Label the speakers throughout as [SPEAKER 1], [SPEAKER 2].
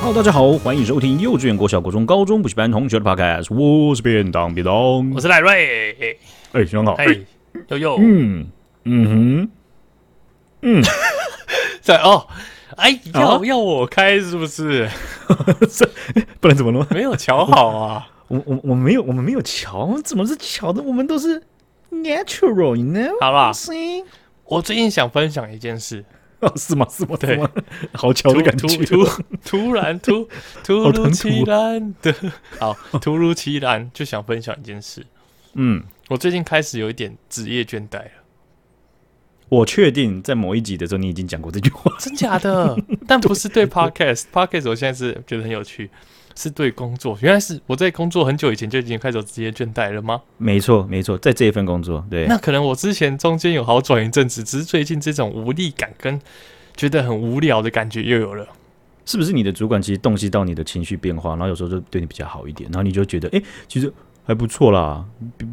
[SPEAKER 1] Hello，大家好，欢迎收听幼稚园、国小、国中、高中补习班同学的 Podcast，我是便当便当，
[SPEAKER 2] 我是赖瑞，
[SPEAKER 1] 哎，徐好，
[SPEAKER 2] 哎、悠悠，
[SPEAKER 1] 嗯 嗯
[SPEAKER 2] 对哦，哎，要、
[SPEAKER 1] 啊
[SPEAKER 2] 要我开是不 是？
[SPEAKER 1] 哼，这不然怎么了吗？
[SPEAKER 2] 没有瞧好啊，
[SPEAKER 1] 我我我没有，我们没有瞧，怎么是瞧的？我们都是 natural，you know？
[SPEAKER 2] 好啦
[SPEAKER 1] See？
[SPEAKER 2] 我最近想分享一件事，
[SPEAKER 1] 哦， 是吗？是吗？
[SPEAKER 2] 对
[SPEAKER 1] 是吗，好瞧
[SPEAKER 2] 突
[SPEAKER 1] 的感
[SPEAKER 2] 突
[SPEAKER 1] 觉，
[SPEAKER 2] 突突然 突突
[SPEAKER 1] 好
[SPEAKER 2] 啊
[SPEAKER 1] 唐突
[SPEAKER 2] 如其然的，好，突如其然就想分享一件事，
[SPEAKER 1] 嗯，
[SPEAKER 2] 我最近开始有一点职业倦怠了，
[SPEAKER 1] 我确定在某一集的时候你已经讲过这句 话，
[SPEAKER 2] 真假的？但不是对 podcast，podcast 我现在是觉得很有趣。是对工作，原来是我在工作很久以前就已经开始有职业倦怠了吗？
[SPEAKER 1] 没错没错，在这一份工作，对，
[SPEAKER 2] 那可能我之前中间有好转一阵子，只是最近这种无力感跟觉得很无聊的感觉又有了。
[SPEAKER 1] 是不是你的主管其实洞悉到你的情绪变化，然后有时候就对你比较好一点，然后你就觉得，哎、其实还不错啦，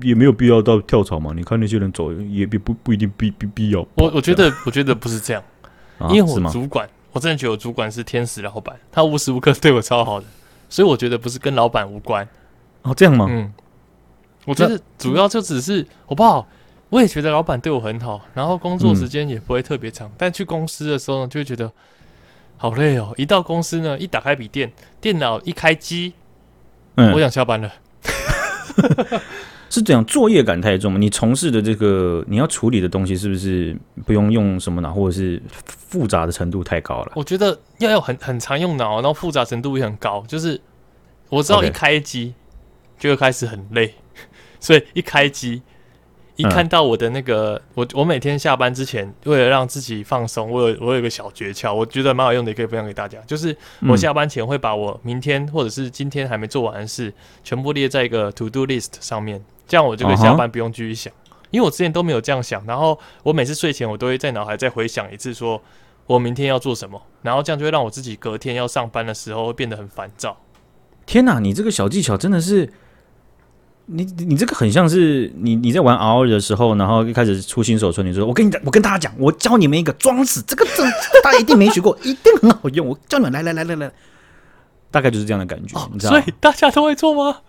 [SPEAKER 1] 也也没有必要到跳槽嘛。你看那些人走，也也不不一定必必必要。
[SPEAKER 2] 我我觉得我觉得不是这样，
[SPEAKER 1] 哦啊、
[SPEAKER 2] 因为
[SPEAKER 1] 是
[SPEAKER 2] 我
[SPEAKER 1] 吗？
[SPEAKER 2] 主管，我真的觉得我主管是天使老板，他无时无刻对我超好的，所以我觉得不是跟老板无关。
[SPEAKER 1] 哦，这样吗？
[SPEAKER 2] 嗯，我觉得主要就只是我不好，我也觉得老板对我很好，然后工
[SPEAKER 1] 嗯
[SPEAKER 2] 作时间也不会特别长，但去公司的时候呢，就会觉得好累哦。一到公司呢，一打开笔电，电脑一开机，
[SPEAKER 1] 嗯，
[SPEAKER 2] 我想下班了。
[SPEAKER 1] 是这样，作业感太重嘛。你从事的这个你要处理的东西，是不是不用用什么脑，或者是复杂的程度太高了？
[SPEAKER 2] 我觉得要有很很常用脑，然后复杂程度也很高。就是我知道
[SPEAKER 1] OK
[SPEAKER 2] 一开机就会开始很累， 所以一开机一看到我的那个，我我每天下班之前，为了让自己放松，我有我有一个小诀窍，我觉得蛮好用的，也可以分享给大家。就是我
[SPEAKER 1] 嗯
[SPEAKER 2] 下班前会把我明天或者是今天还没做完的事，全部列在一个 to do list 上面，这样我就可以
[SPEAKER 1] 啊哈
[SPEAKER 2] 下班不用继续想。因为我之前都没有这样想，然后我每次睡前我都会在脑海再回想一次说，我明天要做什么，然后这样就会让我自己隔天要上班的时候会变得很烦躁。
[SPEAKER 1] 天哪，你这个小技巧真的是，你你你这个很像是你你在玩 RO 的时候，然后一开始出新手村，你说我跟你我跟大家讲，我教你们一个装死，这个这大家一定没学过， 一定很好用，我教你们来来来来来，大概就是这样的感觉，哦你知道
[SPEAKER 2] 所
[SPEAKER 1] 吗？
[SPEAKER 2] 以大家都会做吗？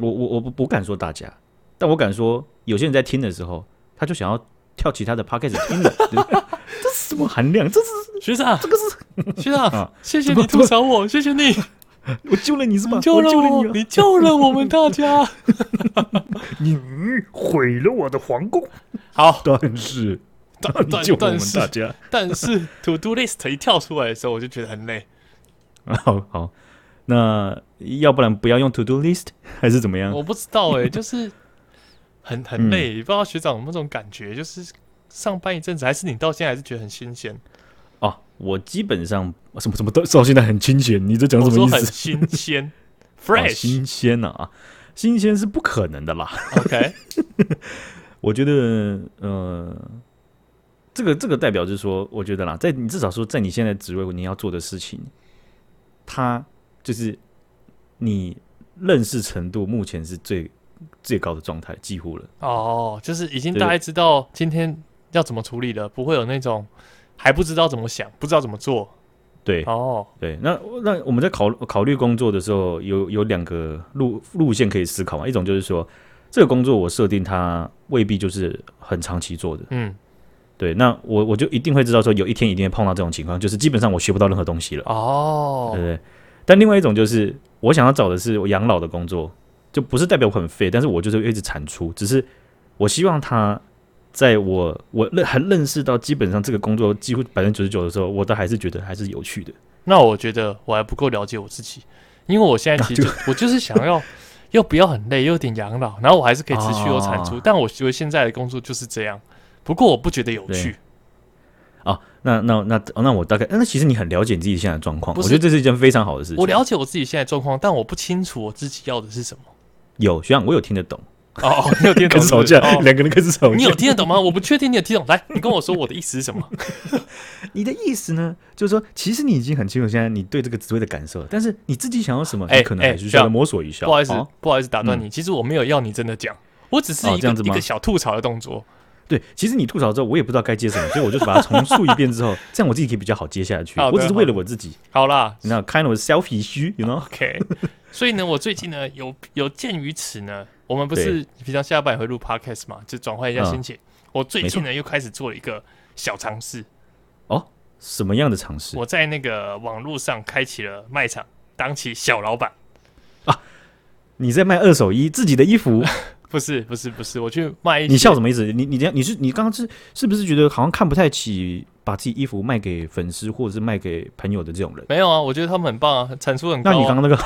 [SPEAKER 1] 我我我不不敢说大家，但我敢说有些人在听的时候，他就想要跳其他的 p o c k e t 听了，对不对这是什么含量？ 这是
[SPEAKER 2] 学长，这个是学
[SPEAKER 1] 啊
[SPEAKER 2] 长，谢谢
[SPEAKER 1] 怎
[SPEAKER 2] 你
[SPEAKER 1] 么
[SPEAKER 2] 吐槽我，谢谢你，
[SPEAKER 1] 我救了你是啊吧？
[SPEAKER 2] 你救了
[SPEAKER 1] 我
[SPEAKER 2] 我，
[SPEAKER 1] 救了
[SPEAKER 2] 你救了我们 大家。
[SPEAKER 1] 你啊，你毁了我的皇宫，
[SPEAKER 2] 好，
[SPEAKER 1] 但是
[SPEAKER 2] 但
[SPEAKER 1] 你
[SPEAKER 2] 但
[SPEAKER 1] 救了我
[SPEAKER 2] 但
[SPEAKER 1] 们大
[SPEAKER 2] 是
[SPEAKER 1] 家。
[SPEAKER 2] 但是 to do list 一跳出来的时候，我就觉得很累。
[SPEAKER 1] 好好，那要不然不要用 To Do List，还是怎 么样？
[SPEAKER 2] 我不知道哎、就是很
[SPEAKER 1] 嗯
[SPEAKER 2] 很累，不知道学长有没有这种感觉，就是上班一阵子，还是你到现在还是觉得很新鲜？
[SPEAKER 1] 哦，我基本上什么什么都到现在很清闲，你在讲
[SPEAKER 2] 我
[SPEAKER 1] 什么
[SPEAKER 2] 说
[SPEAKER 1] 意
[SPEAKER 2] 很
[SPEAKER 1] 思？
[SPEAKER 2] 新鲜
[SPEAKER 1] 哦
[SPEAKER 2] ，fresh，OK
[SPEAKER 1] 新鲜呢啊，新鲜是不可能的啦。。我觉得，呃，这个这个代表就是说，我觉得啦，在你至少说，在你现在职位你要做的事情，它就是你认识程度目前是最最高的状态，几乎了。
[SPEAKER 2] 哦，就是已经
[SPEAKER 1] 对
[SPEAKER 2] 大概知道今天要怎么处理了，不会有那种还不知道怎么想、不知道怎么做。
[SPEAKER 1] 对，
[SPEAKER 2] 哦，
[SPEAKER 1] 对，那那我们在考考虑工作的时候，有有两个路路线可以思考嘛。一种就是说，这个工作我设定它未必就是很长期做的，
[SPEAKER 2] 嗯，
[SPEAKER 1] 对。那我我就一定会知道说，有一天一定会碰到这种情况，就是基本上我学不到任何东西了，
[SPEAKER 2] 哦
[SPEAKER 1] 对不，对？但另外一种就是，我想要找的是我养老的工作，就不是代表我很废，但是我就是会一直产出，只是我希望他。在我我认很认识到基本上这个工作几乎百分之九十九的时候，我都还是觉得还是有趣的。
[SPEAKER 2] 那我觉得我还不够了解我自己，因为我现在其实就我就是想要又不要很累，又有点养老，然后我还是可以持续有产出。
[SPEAKER 1] 哦
[SPEAKER 2] 但我觉得现在的工作就是这样，不过我不觉得有趣。
[SPEAKER 1] 哦，那那那哦那我大概，那其实你很了解你自己现在的状况，我
[SPEAKER 2] 不是
[SPEAKER 1] 觉得这是一件非常好的事情。
[SPEAKER 2] 我了解我自己现在的状况，但我不清楚我自己要的是什么。
[SPEAKER 1] 有学长，我有听得懂，
[SPEAKER 2] 哦，哦你有听得
[SPEAKER 1] 开
[SPEAKER 2] 懂
[SPEAKER 1] 始
[SPEAKER 2] 是
[SPEAKER 1] 吵
[SPEAKER 2] 不是
[SPEAKER 1] 架，
[SPEAKER 2] 哦
[SPEAKER 1] 两个人开始吵架。
[SPEAKER 2] 你有听得懂吗？我不确定你有听懂。来，你跟我说我的意思是什 么？
[SPEAKER 1] 你的意思呢？就是说，其实你已经很清楚现在你对这个职位的感受了，但是你自己想要什么，
[SPEAKER 2] 哎
[SPEAKER 1] 你可能还
[SPEAKER 2] 哎
[SPEAKER 1] 是需要
[SPEAKER 2] 学长
[SPEAKER 1] 摸索一下。
[SPEAKER 2] 不好意思
[SPEAKER 1] 哦，
[SPEAKER 2] 不好意思打断你。其实我没有要你真的讲，我只是
[SPEAKER 1] 哦
[SPEAKER 2] 一
[SPEAKER 1] 这
[SPEAKER 2] 个
[SPEAKER 1] 样子
[SPEAKER 2] 一
[SPEAKER 1] 吗
[SPEAKER 2] 个小吐槽的动作。
[SPEAKER 1] 对，其实你吐槽之后，我也不知道该接什么，所以我就把它重述一遍之后， 这样我自己可以比较好接下去。
[SPEAKER 2] 好的
[SPEAKER 1] 我只是为了我自己，
[SPEAKER 2] 好啦
[SPEAKER 1] 你知道，kind of selfish，you know？
[SPEAKER 2] ，OK。所以呢，我最近呢有有鉴于此呢，我们不是平常下班也会录 Podcast 嘛，就转换一下心
[SPEAKER 1] 嗯
[SPEAKER 2] 情。我最近呢又开始做了一个小尝试，
[SPEAKER 1] 什么样的尝试？
[SPEAKER 2] 我在那个网络上开启了卖场，当起小老板。
[SPEAKER 1] 你在卖二手衣，自己的衣服，
[SPEAKER 2] 不是不是不是，我去卖一些。
[SPEAKER 1] 你笑什么意思？你你这样，你是你刚刚是是不是觉得好像看不太起把自己衣服卖给粉丝或者是卖给朋友的这种人？
[SPEAKER 2] 没有啊，我觉得他们很棒啊，产出很高、
[SPEAKER 1] 那
[SPEAKER 2] 啊。
[SPEAKER 1] 你刚刚那个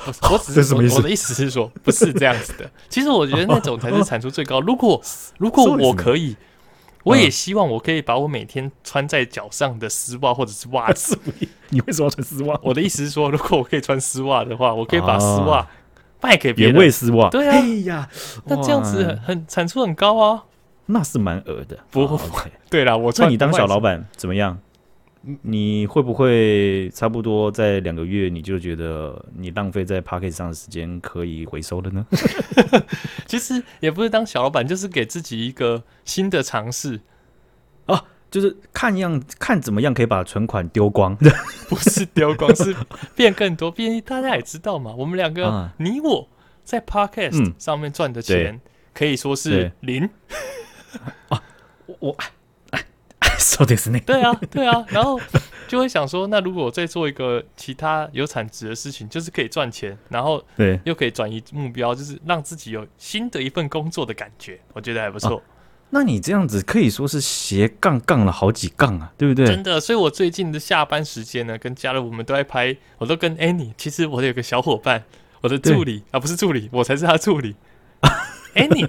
[SPEAKER 2] 不是我只
[SPEAKER 1] 这是
[SPEAKER 2] 是
[SPEAKER 1] 什么
[SPEAKER 2] 我
[SPEAKER 1] 意思
[SPEAKER 2] 我的意思是说，不是这样子的。其实我觉得那种才是产出最高。如果如果我可以，我
[SPEAKER 1] 嗯
[SPEAKER 2] 也希望我可以把我每天穿在脚上的丝袜或者是袜子。
[SPEAKER 1] 你为什么要穿丝袜？
[SPEAKER 2] 我的意思是说，如果我可以穿丝袜的话，我可以把丝袜卖给别
[SPEAKER 1] 原味
[SPEAKER 2] 人。
[SPEAKER 1] 丝袜？
[SPEAKER 2] 对啊
[SPEAKER 1] 哎呀，
[SPEAKER 2] 那这 样子
[SPEAKER 1] 哇
[SPEAKER 2] 很很产出很高啊。
[SPEAKER 1] 那是蛮恶的。
[SPEAKER 2] 不
[SPEAKER 1] 好，OK
[SPEAKER 2] 对啦，我
[SPEAKER 1] 那
[SPEAKER 2] 穿
[SPEAKER 1] 你当小老
[SPEAKER 2] 板，
[SPEAKER 1] 板怎么样？你会不会差不多在两个月你就觉得你浪费在 p a c k e t 上的时间可以回收了呢？
[SPEAKER 2] 其实也不是当小老板，就是给自己一个新的尝试，
[SPEAKER 1] 就是看样看怎么样可以把存款丢光。
[SPEAKER 2] 不是丢光，是变更多。毕竟大家也知道嘛，我们两个、
[SPEAKER 1] 啊
[SPEAKER 2] 你我在 podcast
[SPEAKER 1] 嗯
[SPEAKER 2] 上面赚的钱、可以说是
[SPEAKER 1] 对
[SPEAKER 2] 零。
[SPEAKER 1] 我哎 so this 那
[SPEAKER 2] 对啊，对啊，然后就会想说，那如果我再做一个其他有产值的事情，就是可以赚钱，然后
[SPEAKER 1] 对
[SPEAKER 2] 又可以转移目标，就是让自己有新的一份工作的感觉，我觉得还不
[SPEAKER 1] 哦
[SPEAKER 2] 错。
[SPEAKER 1] 那你这样子可以说是斜杠杠了好几杠啊，对不对
[SPEAKER 2] 真？的，所以我最近的下班时间呢，跟家人我们都在拍，我都跟 Annie，其实我有个小伙伴，我的助理啊，不是助理，我才是他助 理。Annie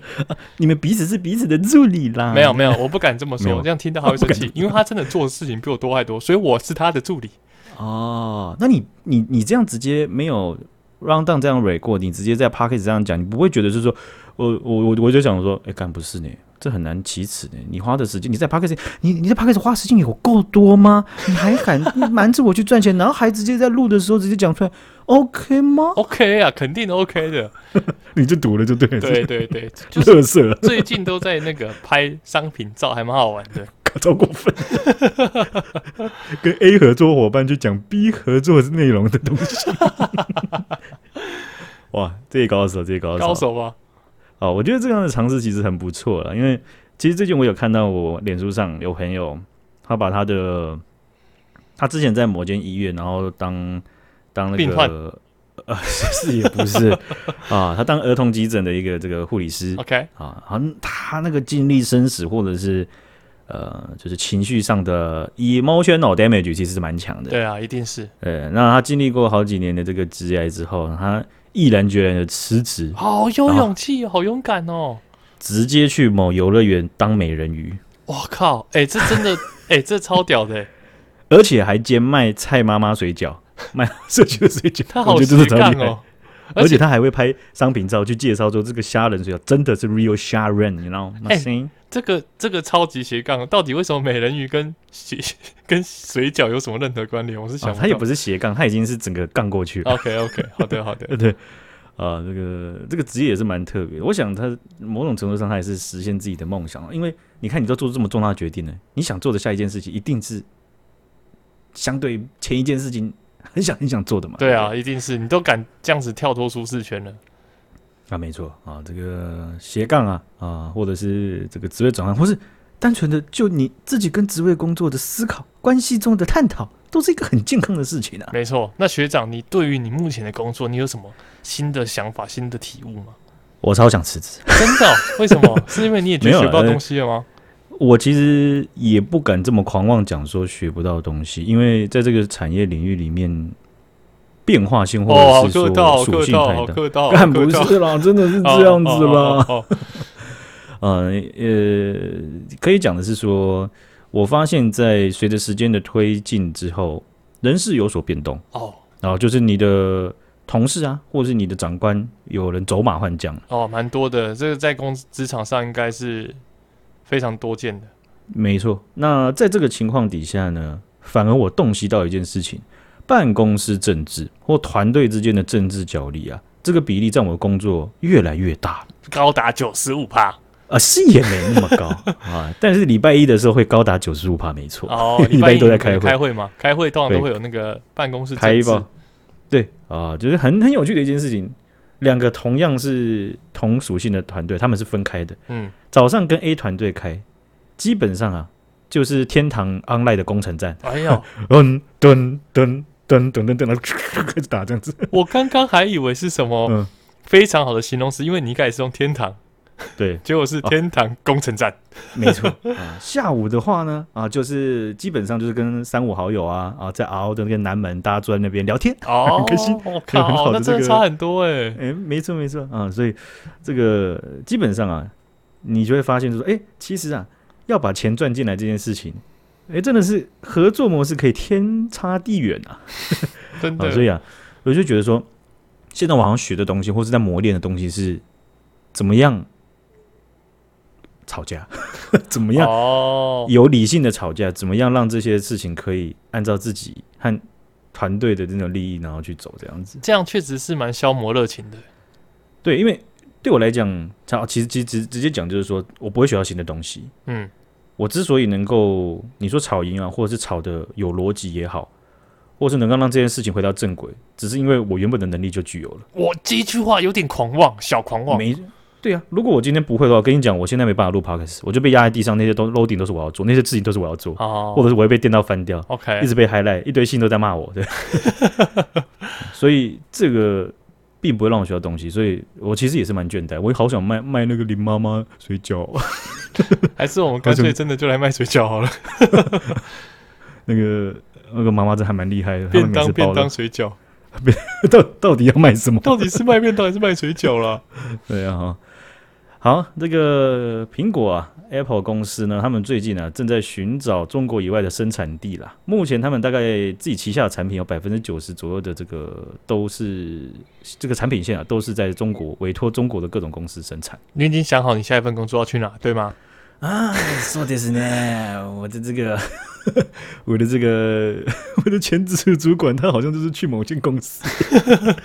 [SPEAKER 1] 你们彼此是彼此的助理啦。
[SPEAKER 2] 没有没有，我不敢这么
[SPEAKER 1] 啊没
[SPEAKER 2] 说，
[SPEAKER 1] 有
[SPEAKER 2] 这样听到他会生气，因为他真的做的事情比我多太多，所以我是他的助理。
[SPEAKER 1] 哦，那你你你这样直接没有 round down 这样 r e 过，你直接在 p a c k e t 这样讲，你不会觉得是说，我我我我就想说，哎、干不是呢，这很难启齿呢。你花的时间，你在 p a c k e t 你你在 p a c k e t 花时间有够多吗？你还敢瞒着我去赚钱，然后还直接在录的时候直接讲出来，OK 吗？
[SPEAKER 2] OK 啊，肯定 OK 的。
[SPEAKER 1] 你就赌了 就对了，
[SPEAKER 2] 对对对，
[SPEAKER 1] 就
[SPEAKER 2] 就是是
[SPEAKER 1] 乐色，
[SPEAKER 2] 最近都在那个拍商品照，还蛮好玩的。
[SPEAKER 1] 超过分。 跟 A 合作伙伴去讲 B 合作内容的东西， 哇，这高手，这高手，
[SPEAKER 2] 高手吗？
[SPEAKER 1] 哦，我觉得这样的尝试其实很不错了，因为其实最近我有看到我脸书上有朋友，他把他的他之前在某间医院，然后当当那
[SPEAKER 2] 病患
[SPEAKER 1] 个 呃是也不是啊，他当儿童急诊的一个这个护理师
[SPEAKER 2] OK，
[SPEAKER 1] 啊，好像他那个经历生死或者是呃就是情绪上的 emotional damage 其实是蛮强的，
[SPEAKER 2] 对啊，一定是。
[SPEAKER 1] 呃，那他经历过好几年的这个职业之后，他毅然决然的辞职，
[SPEAKER 2] 好有
[SPEAKER 1] 啊
[SPEAKER 2] 勇气，好勇敢哦！
[SPEAKER 1] 直接去某游乐园当美人鱼，
[SPEAKER 2] 我靠，哎，这真 的，哎，这超屌的，
[SPEAKER 1] 而且还兼卖蔡妈妈水饺， 卖社区的水饺，
[SPEAKER 2] 他
[SPEAKER 1] 我
[SPEAKER 2] 好
[SPEAKER 1] 觉得
[SPEAKER 2] 实
[SPEAKER 1] 真的超
[SPEAKER 2] 干
[SPEAKER 1] 厉害。
[SPEAKER 2] 哦。
[SPEAKER 1] 而
[SPEAKER 2] 而且
[SPEAKER 1] 且他还会拍商品照去介绍说这个虾仁水饺真的是 real 虾仁，你知道吗？哦
[SPEAKER 2] 哎
[SPEAKER 1] 行
[SPEAKER 2] 这个这个超级斜杠，到底为什么美人鱼跟水 跟水饺有什么任何关联？我是想
[SPEAKER 1] 啊，
[SPEAKER 2] 到
[SPEAKER 1] 他也不是斜杠，他已经是整个杠过去了。
[SPEAKER 2] OK OK，好的好的，
[SPEAKER 1] 对对，啊，这个这个职业也是蛮特别的。我想他某种程度上他也是实现自己的梦想啊了，因为你看你都做这么重大的决定了，你想做的下一件事情一定是相对前一件事情很想很想做的嘛。
[SPEAKER 2] 对啊，一定是你都敢这样子跳脱舒适圈了。
[SPEAKER 1] 啊，没错啊，这个斜杠啊啊，或者是这个职位转换，或是单纯的就你自己跟职位工作的思考、关系中的探讨，都是一个很健康的事情啊。
[SPEAKER 2] 没错，那学长，你对于你目前的工作，你有什么新的想法、新的体悟吗？
[SPEAKER 1] 我超想辞职，
[SPEAKER 2] 真 的哦、为什么？是因为你也觉
[SPEAKER 1] 没
[SPEAKER 2] 得
[SPEAKER 1] 有啊
[SPEAKER 2] 学不到
[SPEAKER 1] 呃
[SPEAKER 2] 东西了吗？
[SPEAKER 1] 我其实也不敢这么狂妄讲说学不到东西，因为在这个产业领域里面，变化性或
[SPEAKER 2] 哦，好
[SPEAKER 1] 者是
[SPEAKER 2] 客套，好
[SPEAKER 1] 说属
[SPEAKER 2] 客
[SPEAKER 1] 性
[SPEAKER 2] 套，好
[SPEAKER 1] 太 大，
[SPEAKER 2] 客套，
[SPEAKER 1] 干
[SPEAKER 2] 好客
[SPEAKER 1] 不
[SPEAKER 2] 套
[SPEAKER 1] 是啦，真的是这样子啦。
[SPEAKER 2] 哦哦哦哦哦
[SPEAKER 1] 呃呃，可以讲的是说，我发现，在随着时间的推进之后，人事有所变动，
[SPEAKER 2] 哦
[SPEAKER 1] 然后就是你的同事啊，或者是你的长官，有人走马换将，
[SPEAKER 2] 哦，蛮多的，这个在公司职场上应该是非常多见的。
[SPEAKER 1] 没错。那在这个情况底下呢，反而我洞悉到一件事情：办公室政治或团队之间的政治角力啊，这个比例在我的工作越来越大。
[SPEAKER 2] 高达九十五趴。
[SPEAKER 1] 呃，是也没那么高 啊，但是礼拜一的时候会高达九十五帕，没错。，
[SPEAKER 2] 哦
[SPEAKER 1] 礼
[SPEAKER 2] 拜
[SPEAKER 1] 拜一都在开
[SPEAKER 2] 会，
[SPEAKER 1] 会
[SPEAKER 2] 开会嘛，开会通常都
[SPEAKER 1] 对
[SPEAKER 2] 会有那个办公室
[SPEAKER 1] 开
[SPEAKER 2] 政
[SPEAKER 1] 一
[SPEAKER 2] 治
[SPEAKER 1] 吧，对啊、就是很很有趣的一件事情。两个同样是同属性的团队，他们是分开的。
[SPEAKER 2] 嗯，
[SPEAKER 1] 早上跟 A 团队开，基本上啊，就是天堂 online 的工程站，
[SPEAKER 2] 哎呦，
[SPEAKER 1] 嗯，噔噔噔噔噔噔，然后开始打这样子。
[SPEAKER 2] 我刚刚还以为是什么
[SPEAKER 1] 嗯
[SPEAKER 2] 非常好的形容词，因为你一开始是用天堂，
[SPEAKER 1] 对，
[SPEAKER 2] 结果是天堂工程站，
[SPEAKER 1] 没错。啊，下午的话呢，啊，就是基本上就是跟三五好友啊啊，在 RO 的那个南门，大家坐在那边聊天。
[SPEAKER 2] 哦，
[SPEAKER 1] 开心
[SPEAKER 2] 我
[SPEAKER 1] 很
[SPEAKER 2] 靠，
[SPEAKER 1] 好的
[SPEAKER 2] 那
[SPEAKER 1] 这
[SPEAKER 2] 真的
[SPEAKER 1] 个
[SPEAKER 2] 差很多哎，
[SPEAKER 1] 哎，没错没错啊，所以这个基本上啊，你就会发现说，哎，其实啊，要把钱赚进来这件事情，哎，真的是合作模式可以天差地远啊。
[SPEAKER 2] 真
[SPEAKER 1] 啊，
[SPEAKER 2] 的
[SPEAKER 1] 所，以啊，我就觉得说，现在我好像学的东西，或是在磨练的东西是怎么样吵架， 怎么样
[SPEAKER 2] 哦，
[SPEAKER 1] 有理性的吵架，怎么样让这些事情可以按照自己和团队的那种利益，然后去走这样子。
[SPEAKER 2] 这样确实是蛮消磨热情的，
[SPEAKER 1] 对，因为对我来讲，它其实其实直直接讲就是说我不会学到新的东西。
[SPEAKER 2] 嗯，
[SPEAKER 1] 我之所以能够你说吵赢啊，或者是吵的有逻辑也好，或是能够让这件事情回到正轨，只是因为我原本的能力就具有了。
[SPEAKER 2] 我这一句话有点狂妄，小狂妄，
[SPEAKER 1] 没对啊，如果我今天不会的话，跟你讲，我现在没办法录 podcast，我就被压在地上，那些都 loading 都是我要做，那些事情都是我要做，或
[SPEAKER 2] 哦
[SPEAKER 1] 者是我会被电到翻掉，
[SPEAKER 2] ，OK，
[SPEAKER 1] 一直被 highlight，一堆信都在骂 我，对。所以这个并不会让我学到东西，所以我其实也是蛮倦怠，我也好想卖卖那个林妈妈水饺，
[SPEAKER 2] 还是我们干脆真的就来卖水饺好了，
[SPEAKER 1] 那个那个妈妈真还蛮厉害的，她
[SPEAKER 2] 便
[SPEAKER 1] 们每
[SPEAKER 2] 当
[SPEAKER 1] 次
[SPEAKER 2] 便
[SPEAKER 1] 包
[SPEAKER 2] 当
[SPEAKER 1] 的，
[SPEAKER 2] 水饺，
[SPEAKER 1] 到到底要卖什么？
[SPEAKER 2] 到底是卖便当还是卖水饺啦？
[SPEAKER 1] 对啊，哈好，这个苹果啊，Apple 公司呢，他们最近呢、啊正在寻找中国以外的生产地啦。目前他们大概自己旗下的产品有百分之九十左右的这个都是这个产品线啊，都是在中国委托中国的各种公司生产。
[SPEAKER 2] 你已经想好你下一份工作要去哪，对吗？
[SPEAKER 1] 啊，说的是呢，我的这个。 我的这个， 我的前直属主管他好像就是去某间公司，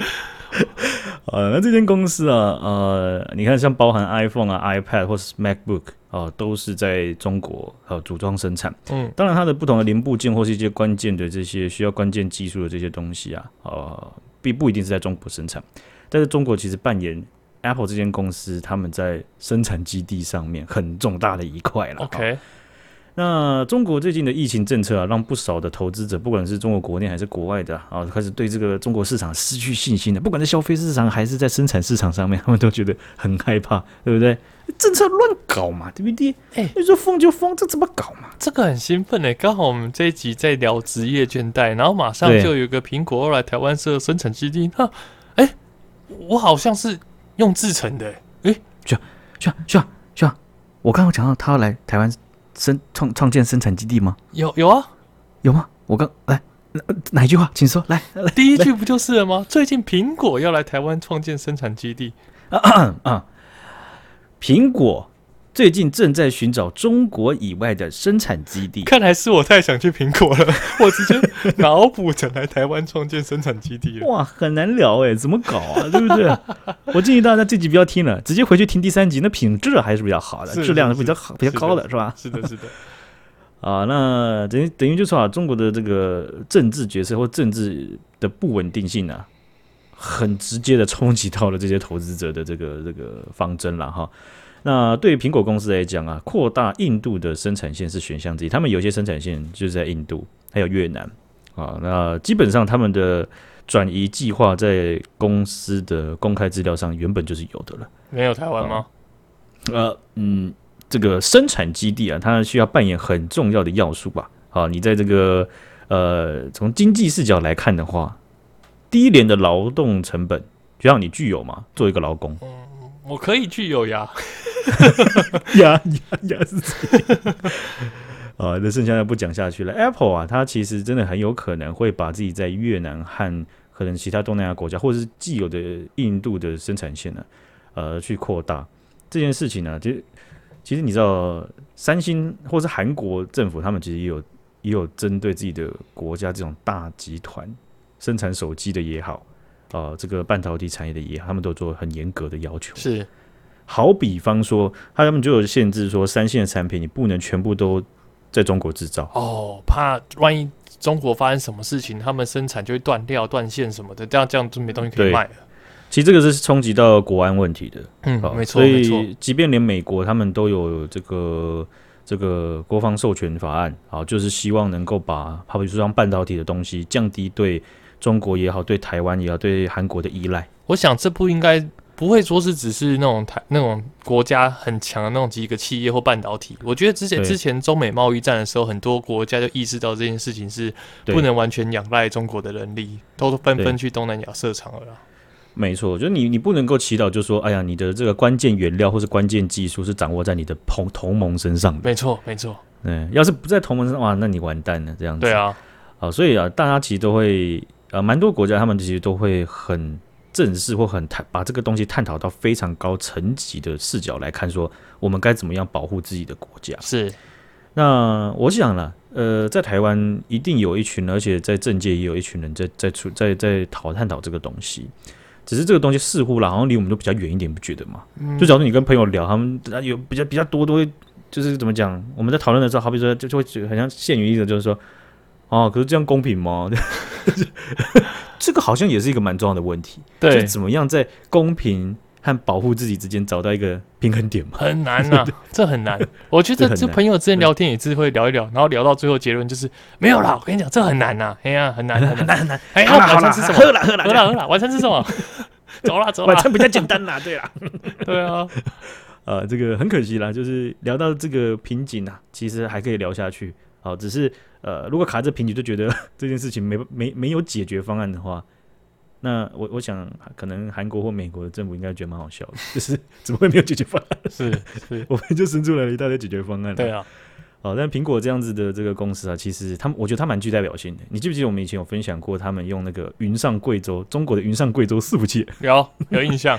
[SPEAKER 1] 呃，那这间公司啊，呃，你看像包含 iPhone 啊、iPad 或是 MacBook 啊、都是在中国呃组装生产。
[SPEAKER 2] 嗯，
[SPEAKER 1] 当然它的不同的零部件或是一些关键的这些需要关键技术的这些东西啊，呃，并不一定是在中国生产，但是中国其实扮演 Apple 这间公司他们在生产基地上面很重大的一块了。哦
[SPEAKER 2] OK，
[SPEAKER 1] 那中国最近的疫情政策啊，让不少的投资者，不管是中国国内还是国外的啊，开始对这个中国市场失去信心了。不管在消费市场还是在生产市场上面，他们都觉得很害怕，对不对？政策乱搞嘛，对不对？
[SPEAKER 2] 哎
[SPEAKER 1] 你说封就封，这怎么搞嘛？
[SPEAKER 2] 这个很兴奋诶，刚好我们这一集在聊职业倦怠，然后马上
[SPEAKER 1] 对
[SPEAKER 2] 就有一个苹果来台湾设生产基地，那哎、我好像是用制成的诶、
[SPEAKER 1] 去啊去啊去啊！我刚刚讲到他要来台湾生创创建生产基地吗？
[SPEAKER 2] 有有啊，
[SPEAKER 1] 有吗？我刚来哪哪一句话，请说来 来
[SPEAKER 2] 第一句不就是了吗？最近苹果要来台湾创建生产基地，
[SPEAKER 1] 啊，苹果。最近正在寻找中国以外的生产基地，
[SPEAKER 2] 看来是我太想去苹果了， 我直接脑补成来台湾创建生产基地了。
[SPEAKER 1] 哇，很难聊哎、怎么搞啊？对不对？ 我建议大家这集不要听了，直接回去听第三集，那品质还是比较好的，
[SPEAKER 2] 是
[SPEAKER 1] 质量
[SPEAKER 2] 是
[SPEAKER 1] 是比较好、
[SPEAKER 2] 是
[SPEAKER 1] 比较高的，是吧？
[SPEAKER 2] 是的，是的，
[SPEAKER 1] 啊，那等于等于就是说啊，中国的这个政治角色或政治的不稳定性啊，很直接的冲击到了这些投资者的这个这个方针了哈。那对于苹果公司来讲啊，扩大印度的生产线是选项之一。他们有些生产线就是在印度，还有越南啊。那基本上他们的转移计划在公司的公开资料上原本就是有的了。
[SPEAKER 2] 没有台湾吗？
[SPEAKER 1] 呃，嗯，这个生产基地啊，它需要扮演很重要的要素吧？啊，你在这个呃，从经济视角来看的话，低廉的劳动成本，就让你具有嘛，做一个劳工
[SPEAKER 2] 我可以去有呀，
[SPEAKER 1] 呀呀呀是这样 啊，那剩下的不讲下去了。Apple 啊，它其实真的很有可能会把自己在越南和可能其他东南亚国家，或者是既有的印度的生产线呢、呃，去扩大这件事情呢、其实其实你知道，三星或是韩国政府，他们其实也有也有针对自己的国家这种大集团生产啊手机的也好，呃，这个半导体产业的也好，他们都做很严格的要求。
[SPEAKER 2] 是
[SPEAKER 1] 好比方说，他们就有限制说，三线的产品你不能全部都在中国制造。
[SPEAKER 2] 哦，怕万一中国发生什么事情，他们生产就会断料、断线什么的，这样这样就没东西可以
[SPEAKER 1] 对
[SPEAKER 2] 卖了。
[SPEAKER 1] 其实这个是冲击到国安问题的。
[SPEAKER 2] 嗯
[SPEAKER 1] 好，
[SPEAKER 2] 没错，
[SPEAKER 1] 所
[SPEAKER 2] 没错。
[SPEAKER 1] 以即便连美国他们都有这个这个国防授权法案，好，就是希望能够把好比说像半导体的东西降低对中国也好、对台湾也好、对韩国的依赖。
[SPEAKER 2] 我想这不应该不会说是只是那种台那种国家很强的那种几个企业或半导体。我觉得之前
[SPEAKER 1] 对
[SPEAKER 2] 之前中美贸易战的时候，很多国家就意识到这件事情是
[SPEAKER 1] 对
[SPEAKER 2] 不能完全仰赖中国的人力，都纷纷
[SPEAKER 1] 对
[SPEAKER 2] 去东南亚设厂了啦。
[SPEAKER 1] 没错，就是你你不能够祈祷，就说哎呀，你的这个关键原料或是关键技术是掌握在你的同同盟身上的。
[SPEAKER 2] 没错，没错，
[SPEAKER 1] 嗯，要是不在同盟身上，哇，那你完蛋了这样子。
[SPEAKER 2] 对啊，
[SPEAKER 1] 好，所以啊，大家其实都会呃，蛮多国家他们其实都会很正式或很探把这个东西探讨到非常高层级的视角来看，说我们该怎么样保护自己的国家。
[SPEAKER 2] 是
[SPEAKER 1] 那我想了，呃，在台湾一定有一群，而且在政界也有一群人在在出在在讨探讨这个东西。只是这个东西似乎啦，好像离我们都比较远一点，不觉得吗？就假如你跟朋友聊，他们呃有比较比较多都会，就是怎么讲？我们在讨论的时候，好比说就就会觉得很像陷于一种，就是说，哦，可是这样公平吗？ 这个好像也是一个蛮重要的问题，就
[SPEAKER 2] 对
[SPEAKER 1] 是，怎么样在公平和保护自己之间找到一个平衡点嘛？
[SPEAKER 2] 很难 呐、这很难。我觉
[SPEAKER 1] 这
[SPEAKER 2] 得
[SPEAKER 1] 很
[SPEAKER 2] 这
[SPEAKER 1] 难
[SPEAKER 2] 朋友之间聊天也是会聊一聊，然后聊到最后结论就是没有啦。我跟你讲，这很难呐、哎呀、很难很难。
[SPEAKER 1] 很难，
[SPEAKER 2] 哎，
[SPEAKER 1] 好啦
[SPEAKER 2] 那
[SPEAKER 1] 好
[SPEAKER 2] 晚
[SPEAKER 1] 啦，
[SPEAKER 2] 餐吃什么？
[SPEAKER 1] 喝啦喝啦
[SPEAKER 2] 喝啦喝啦，晚餐吃什么？ 走啦 走
[SPEAKER 1] 晚
[SPEAKER 2] 啦。
[SPEAKER 1] 餐比较简单啦，对啦。
[SPEAKER 2] 对啊，
[SPEAKER 1] 呃，这个很可惜啦，就是聊到这个瓶颈啊，其实还可以聊下去。好、只是呃，如果卡着瓶颈就觉得 这件事情没没没有解决方案的话，那我我想可能韩国或美国的政府应该觉得蛮好笑的， 就是怎么会没有解决方 案？
[SPEAKER 2] 是是，
[SPEAKER 1] 我们就生出来了一大堆解决方案。
[SPEAKER 2] 对，啊，
[SPEAKER 1] 好、但苹果这样子的这个公司啊，其实他们我觉得他蛮具代表性的。你记不记得我们以前有分享过，他们用那个云上贵州中国的云上贵州伺服器
[SPEAKER 2] 有有印象，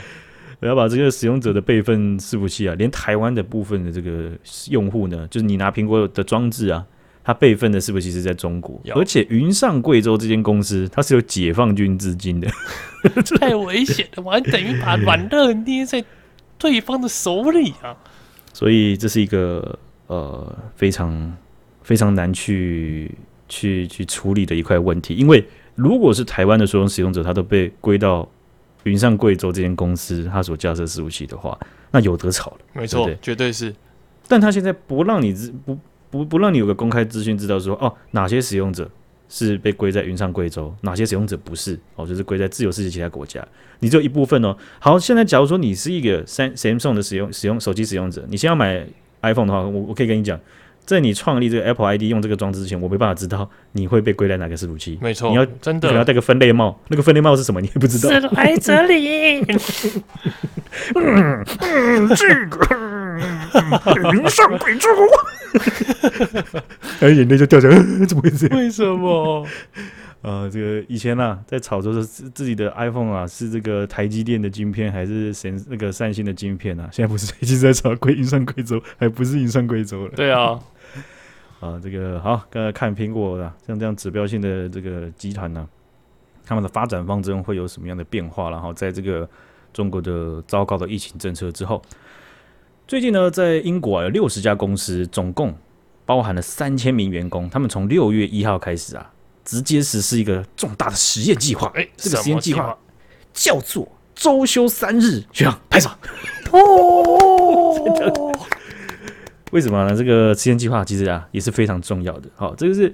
[SPEAKER 1] 我要把这个使用者的备份伺服器啊，连台湾的部分的这个用户呢，就是你拿苹果的装置啊，它备份的伺服器是在中国，
[SPEAKER 2] 有
[SPEAKER 1] 而且云上贵州这间公司它是有解放军资金的，
[SPEAKER 2] 太危险了，我等于把软肋捏在对方的手里啊。
[SPEAKER 1] 所以这是一个呃非常非常难去去去处理的一块问题，因为如果是台湾的所有使用者，他都被归到云上贵州这间公司它所架设伺服器的话，那有得吵了。
[SPEAKER 2] 没错
[SPEAKER 1] 对不，
[SPEAKER 2] 绝对是
[SPEAKER 1] 但他现在不让你知不不不让你有个公开资讯，知道说哦哪些使用者是被归在云上贵州，哪些使用者不是哦，就是归在自由世界其他国家。你只有一部分哦。好，现在假如说你是一个三 Samsung 的使用使用手机使用者，你先要买 iPhone 的话，我我可以跟你讲，在你创立这个 Apple ID 用这个装置之前，我没办法知道你会被归在哪个伺服器。
[SPEAKER 2] 没错，
[SPEAKER 1] 你要
[SPEAKER 2] 真
[SPEAKER 1] 你可能要
[SPEAKER 2] 的
[SPEAKER 1] 戴个分类帽，那个分类帽是什么你也不知道。
[SPEAKER 2] 来这里。
[SPEAKER 1] 云上贵州， 哎，眼泪就掉下来， 怎么会这样？
[SPEAKER 2] 为什么？
[SPEAKER 1] 呃，这个以前啊，在炒作是自自己的 iPhone 啊，是这个台积电的晶片还是神那个三星的晶片啊？现在不是一直在炒贵云上贵州，还不是云上贵州了
[SPEAKER 2] 对 啊，
[SPEAKER 1] 啊、这个好，刚才看苹果啊，像这样指标性的这个集团呢、他们的发展方针会有什么样的变化？然后在这个中国的糟糕的疫情政策之后，最近呢，在英国啊，有六十家公司，总共包含了三千名员工，他们从六月一号开始啊，直接实施一个重大的实验计划。
[SPEAKER 2] 哎，
[SPEAKER 1] 这个
[SPEAKER 2] 什
[SPEAKER 1] 实验
[SPEAKER 2] 么
[SPEAKER 1] 计
[SPEAKER 2] 计
[SPEAKER 1] 划？叫做周休三日，学长拍手。
[SPEAKER 2] 哦，
[SPEAKER 1] 为什么呢？这个实验计划其实啊也是非常重要的。好、这个是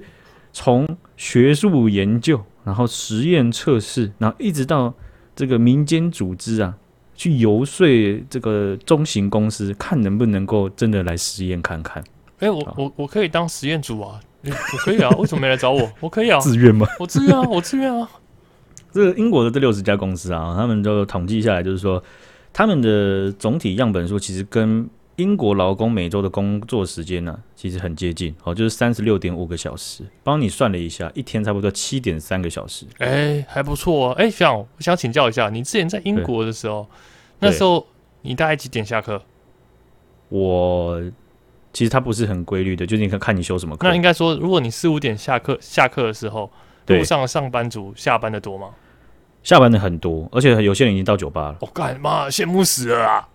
[SPEAKER 1] 从学术研究，然后实验测试，然后一直到这个民间组织啊，去游说这个中型公司，看能不能够真的来实验看看。
[SPEAKER 2] 哎，我我我可以当实验组啊，哎我可以啊， 为什么没来找我？我可以啊，
[SPEAKER 1] 自愿吗？
[SPEAKER 2] 我自愿啊，我自愿啊。
[SPEAKER 1] 这个英国的这六十家公司啊，他们就统计下来，就是说他们的总体样本数其实跟英国劳工每周的工作时间呢、啊其实很接近，哦，就是三十六点五个小时。帮你算了一下，一天差不多七点三个小时。
[SPEAKER 2] 哎，还不错啊。哎，学长，我想请教一下，你之前在英
[SPEAKER 1] 对
[SPEAKER 2] 国的时候，那时候你大概几点下课？
[SPEAKER 1] 我其实它不是很规律的，就是你看看你修什么课
[SPEAKER 2] 那。应该说，如果你四五点下课下课的时候，
[SPEAKER 1] 对
[SPEAKER 2] 路上的上班族下班的多吗？
[SPEAKER 1] 下班的很多，而且有些人已经到酒吧了。
[SPEAKER 2] 我哦干妈羡慕死了啊！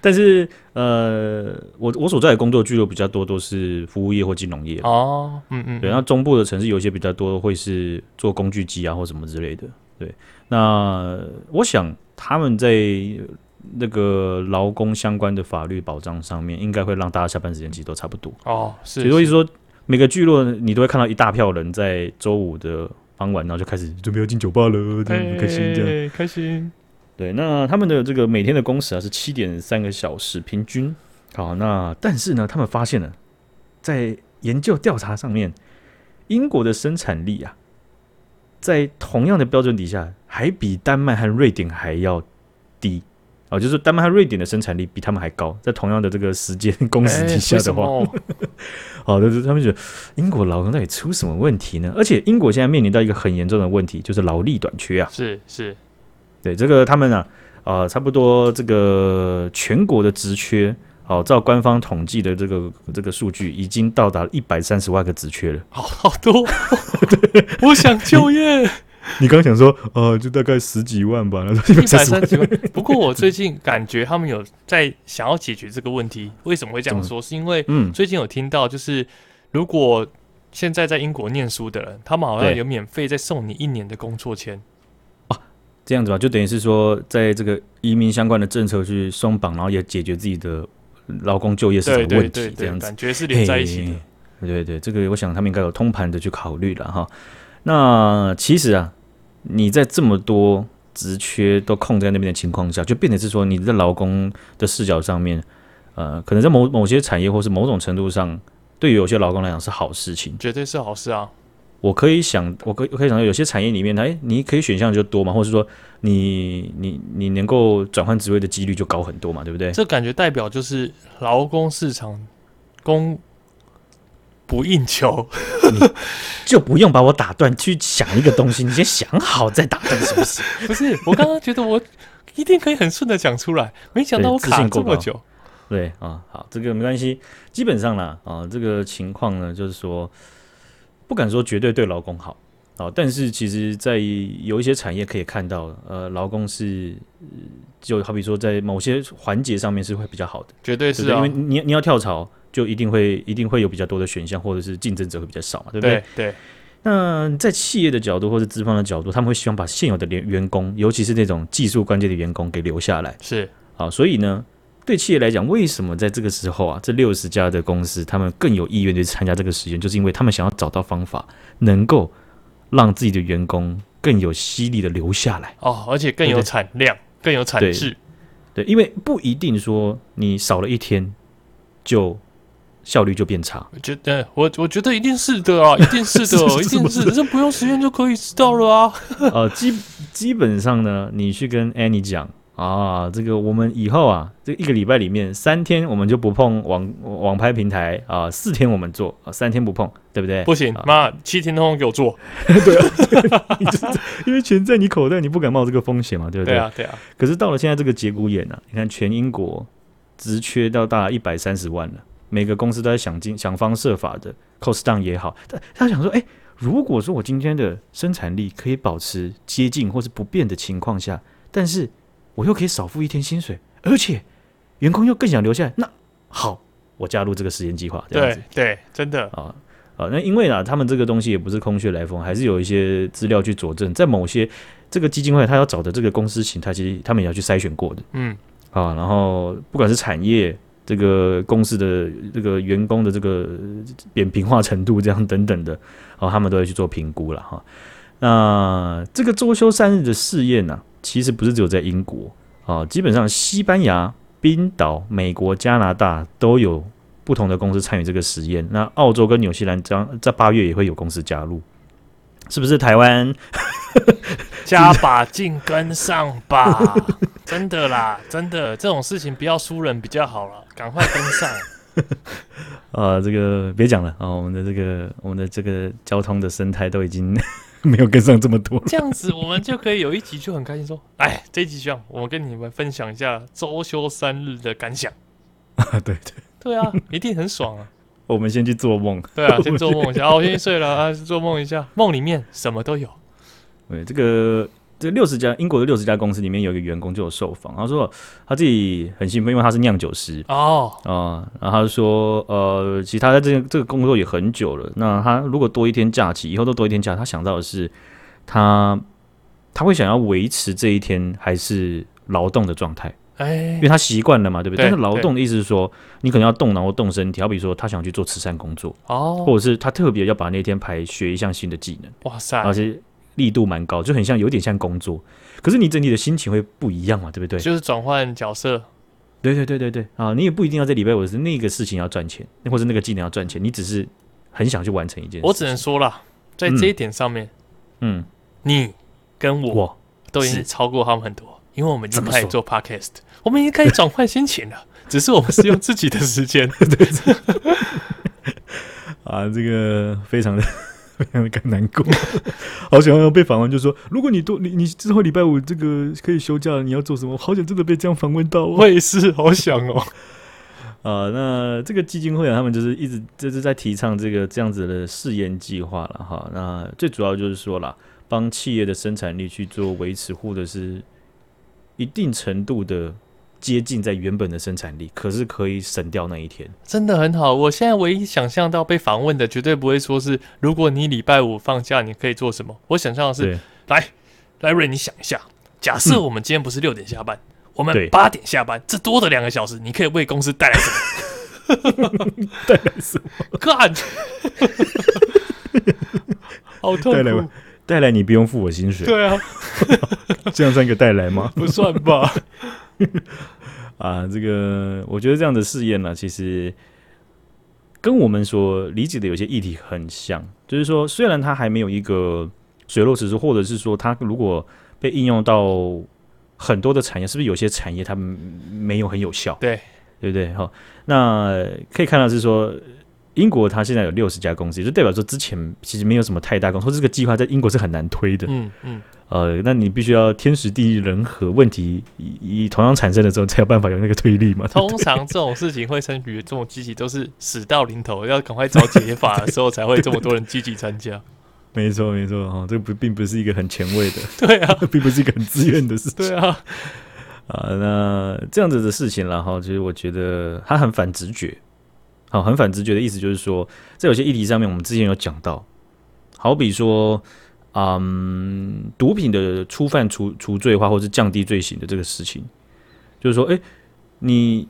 [SPEAKER 1] 但是呃，我我所在的工作聚落比较多，都是服务业或金融业。
[SPEAKER 2] 哦，嗯嗯，
[SPEAKER 1] 对，那中部的城市有一些比较多会是做工具机啊或什么之类的。对，那我想他们在那个劳工相关的法律保障上面，应该会让大家下班时间其实都差不多。
[SPEAKER 2] 哦，是，
[SPEAKER 1] 所以说每个聚落你都会看到一大票人在周五的傍晚，然后就开始准备要进酒吧了，这样开心这样。
[SPEAKER 2] 样，哎开心，
[SPEAKER 1] 对，那他们的这个每天的工时啊是七点三个小时平均。好，那但是呢，他们发现了，在研究调查上面，英国的生产力啊，在同样的标准底下，还比丹麦和瑞典还要低。哦，就是丹麦和瑞典的生产力比他们还高，在同样的这个时间工时底下
[SPEAKER 2] 哎为
[SPEAKER 1] 的
[SPEAKER 2] 什
[SPEAKER 1] 话，
[SPEAKER 2] 么
[SPEAKER 1] 好的，就是他们觉得英国劳工到底出什么问题呢？而且英国现在面临到一个很严重的问题，就是劳力短缺啊。
[SPEAKER 2] 是是，
[SPEAKER 1] 对，这个他们啊，呃，差不多这个全国的职缺，哦，照官方统计的这个这个数据，已经到达一百三十万个职缺了。
[SPEAKER 2] 好好多， 我想就业，
[SPEAKER 1] 你刚想说，呃，就大概十几万吧，然后一
[SPEAKER 2] 一百三十万。不过我最近感觉他们有在想要解决这个问题。为什么会这样说？是因为
[SPEAKER 1] 嗯，
[SPEAKER 2] 最近有听到，就是如果现在在英国念书的人，他们好像
[SPEAKER 1] 对
[SPEAKER 2] 有免费在送你一年的工作签。
[SPEAKER 1] 这样子吧，就等于是说，在这个移民相关的政策去松绑，然后也解决自己的劳工就业市场
[SPEAKER 2] 对
[SPEAKER 1] 的
[SPEAKER 2] 对
[SPEAKER 1] 问
[SPEAKER 2] 对
[SPEAKER 1] 题，这
[SPEAKER 2] 对，
[SPEAKER 1] 样子。
[SPEAKER 2] 感觉是连在一起的
[SPEAKER 1] 嘿。对对，这个我想他们应该有通盘的去考虑了哈。那其实啊，你在这么多职缺都空在那边的情况下，就变成是说你在劳工的视角上面，呃，可能在某某些产业或是某种程度上，对于有些劳工来讲是好事情。
[SPEAKER 2] 绝对是好事啊！
[SPEAKER 1] 我可以想，我可以我可以想到有些产业里面，哎，你可以选项就多嘛，或者是说你你你能够转换职位的几率就高很多嘛，对不对？
[SPEAKER 2] 这感觉代表就是劳工市场供不应求，
[SPEAKER 1] 就不用把我打断去想一个东西，你先想好再打断，是不是？
[SPEAKER 2] 不是？我刚刚觉得我一定可以很顺的讲出来，没想到
[SPEAKER 1] 对
[SPEAKER 2] 我
[SPEAKER 1] 自
[SPEAKER 2] 卡
[SPEAKER 1] 信
[SPEAKER 2] 这
[SPEAKER 1] 过
[SPEAKER 2] 么
[SPEAKER 1] 高
[SPEAKER 2] 久。
[SPEAKER 1] 对啊，好，这个没关系。基本上啦，啊，这个情况呢，就是说，不敢说绝对对劳工好啊，但是其实，在有一些产业可以看到，呃，劳工是呃就好比说在某些环节上面是会比较好的，
[SPEAKER 2] 绝对
[SPEAKER 1] 对
[SPEAKER 2] 是
[SPEAKER 1] 不对
[SPEAKER 2] 啊，
[SPEAKER 1] 因为你你要跳槽，就一定会一定会有比较多的选项，或者是竞争者会比较少嘛，对不对？
[SPEAKER 2] 对对，
[SPEAKER 1] 那在企业的角度或者资方的角度，他们会希望把现有的员员工，尤其是那种技术关键的员工给留下来。
[SPEAKER 2] 是
[SPEAKER 1] 啊，所以呢，对企业来讲，为什么在这个时候啊，这六十家的公司他们更有意愿去参加这个实验，就是因为他们想要找到方法，能够让自己的员工更有吸力的留下来。
[SPEAKER 2] 哦，而且更
[SPEAKER 1] 对不对
[SPEAKER 2] 有产量，更有产
[SPEAKER 1] 对
[SPEAKER 2] 值。
[SPEAKER 1] 对，因为不一定说你少了一天就效率就变差。
[SPEAKER 2] 我觉得我我觉得一定是的啊，一定是 的
[SPEAKER 1] 是是，
[SPEAKER 2] 一定
[SPEAKER 1] 是
[SPEAKER 2] 是的，这不用实验就可以知道了啊。
[SPEAKER 1] 呃，基基本上呢，你去跟 Annie 讲。啊，这个我们以后啊，这一个礼拜里面三天我们就不碰网网拍平台啊，四天我们做啊，三天不碰，对 不对？
[SPEAKER 2] 不行
[SPEAKER 1] 啊，
[SPEAKER 2] 妈，七天通通给我做。
[SPEAKER 1] 因为钱在你口袋，你不敢冒这个风险嘛，对不
[SPEAKER 2] 对啊，对啊，
[SPEAKER 1] 可是到了现在这个节骨眼啊，你看全英国职缺到达一百三十万了，每个公司都在想尽想方设法的 cost down 也好，他他想说，哎、如果说我今天的生产力可以保持接近或是不变的情况下，但是我又可以少付一天薪水，而且员工又更想留下来，那好，我加入这个实验计划，这样子
[SPEAKER 2] 对。对，真的
[SPEAKER 1] 啊啊，那因为啊，他们这个东西也不是空穴来风，还是有一些资料去佐证，在某些这个基金会他要找的这个公司形态，其实他们也要去筛选过的
[SPEAKER 2] 嗯，
[SPEAKER 1] 啊。然后不管是产业。这个公司的这个员工的这个扁平化程度，这样等等的，哦，他们都会去做评估了哈。那这个周休三日的试验呢、其实不是只有在英国啊，基本上西班牙、冰岛、美国、加拿大都有不同的公司参与这个实验。那澳洲跟纽西兰将在八月也会有公司加入，是不是？台湾
[SPEAKER 2] 加把劲跟上吧，真的啦，真的，这种事情不要输人比较好了，赶快跟上。
[SPEAKER 1] 呃，这个别讲了啊、我们的这个我们的这个交通的生态都已经 没有跟上这么多了。
[SPEAKER 2] 这样子我们就可以有一集就很开心说，哎，这一集这样，我跟你们分享一下周休三日的感想。
[SPEAKER 1] 啊对对，
[SPEAKER 2] 对啊，一定很爽啊。
[SPEAKER 1] 我们先去做梦。
[SPEAKER 2] 对啊，先做梦一下啊，我先去睡了啊，做梦一下，梦里面什么都有。
[SPEAKER 1] 对，这个这六十家英国的六十家公司里面有一个员工就有受访，他说他自己很兴奋，因为他是酿酒师
[SPEAKER 2] 哦，
[SPEAKER 1] 啊、然后他就说呃，其实他在这个这个工作也很久了，那他如果多一天假期，以后都多一天假，他想到的是他他会想要维持这一天还是劳动的状态。
[SPEAKER 2] 哎
[SPEAKER 1] 因为，他习惯了嘛，对不对？
[SPEAKER 2] 对
[SPEAKER 1] 但是劳动的意思是说，你可能要动脑或动身体，好比说他想去做慈善工作，
[SPEAKER 2] 哦，
[SPEAKER 1] 或者是他特别要把那天排学一项新的技能，
[SPEAKER 2] 哇塞，
[SPEAKER 1] 而且力度蛮高，就很像有点像工作，可是你整体的心情会不一样嘛，对不对？
[SPEAKER 2] 就是转换角色，
[SPEAKER 1] 对对对对对啊，你也不一定要在礼拜五是那个事情要赚钱，或者那个技能要赚钱，你只是很想去完成一件事。
[SPEAKER 2] 我只能说啦，在
[SPEAKER 1] 嗯
[SPEAKER 2] 这一点上面，
[SPEAKER 1] 嗯，
[SPEAKER 2] 你跟我
[SPEAKER 1] 我
[SPEAKER 2] 都已经
[SPEAKER 1] 是
[SPEAKER 2] 超过他们很多，因为我们已经
[SPEAKER 1] 怎么
[SPEAKER 2] 开始
[SPEAKER 1] 说
[SPEAKER 2] 做 podcast，我们已经开始转换心情了， 只是我们是用自己的时间，
[SPEAKER 1] 啊，这个非常的 非常的感难过， 好想要被访问，就说如果你多你你之后礼拜五这个可以休假，你要做什么？我好想真的被这样访问到哦。
[SPEAKER 2] 我也是好想哦，
[SPEAKER 1] 啊，那这个基金会啊，他们就是一直就是在提倡这个这样子的试验计划了哈。那最主要就是说啦，帮企业的生产力去做维持，或者是一定程度的接近在原本的生产力，可是可以省掉那一天。
[SPEAKER 2] 真的很好。我现在唯一想象到被访问的，绝对不会说是如果你礼拜五放假，你可以做什么。我想象的是，
[SPEAKER 1] 对，
[SPEAKER 2] 来瑞，你想一下，假设嗯我们今天不是六点下班，我们
[SPEAKER 1] 对
[SPEAKER 2] 八点下班，这多的两个小时，你可以为公司带来什么？
[SPEAKER 1] 带来什么？
[SPEAKER 2] 干，好痛
[SPEAKER 1] 带来
[SPEAKER 2] 苦。
[SPEAKER 1] 带来你不用付我薪水，
[SPEAKER 2] 对啊，
[SPEAKER 1] 这样算一个带来吗？
[SPEAKER 2] 不算吧。
[SPEAKER 1] 啊，这个我觉得这样的试验呢，其实跟我们所理解的有些议题很像，就是说，虽然它还没有一个水落石出，或者是说它如果被应用到很多的产业，是不是有些产业它们没有很有效？
[SPEAKER 2] 对，
[SPEAKER 1] 对不对？好，那可以看到是说。英国它现在有六十家公司，也就代表说之前其实没有什么太大公司，或者这个计划在英国是很难推的。
[SPEAKER 2] 嗯嗯，
[SPEAKER 1] 呃，那你必须要天时地利人和，问题以以同样产生的时候，才有办法有那个推力 嘛。
[SPEAKER 2] 通常这种事情会参与这种积极，都是死到临头要赶快找解法的时候，才会这么多人积极参加。
[SPEAKER 1] 没错，没错，哦，这不并不是一个很前卫的，
[SPEAKER 2] 对啊，
[SPEAKER 1] 并不是一个很自愿的事情
[SPEAKER 2] 对啊，
[SPEAKER 1] 啊、那这样子的事情啦，哈，其实我觉得它很反直觉，好，很反直觉的意思就是说，在有些议题上面，我们之前有讲到，好比说，嗯，毒品的初犯除除罪化，或是降低罪行的这个事情，就是说，哎、你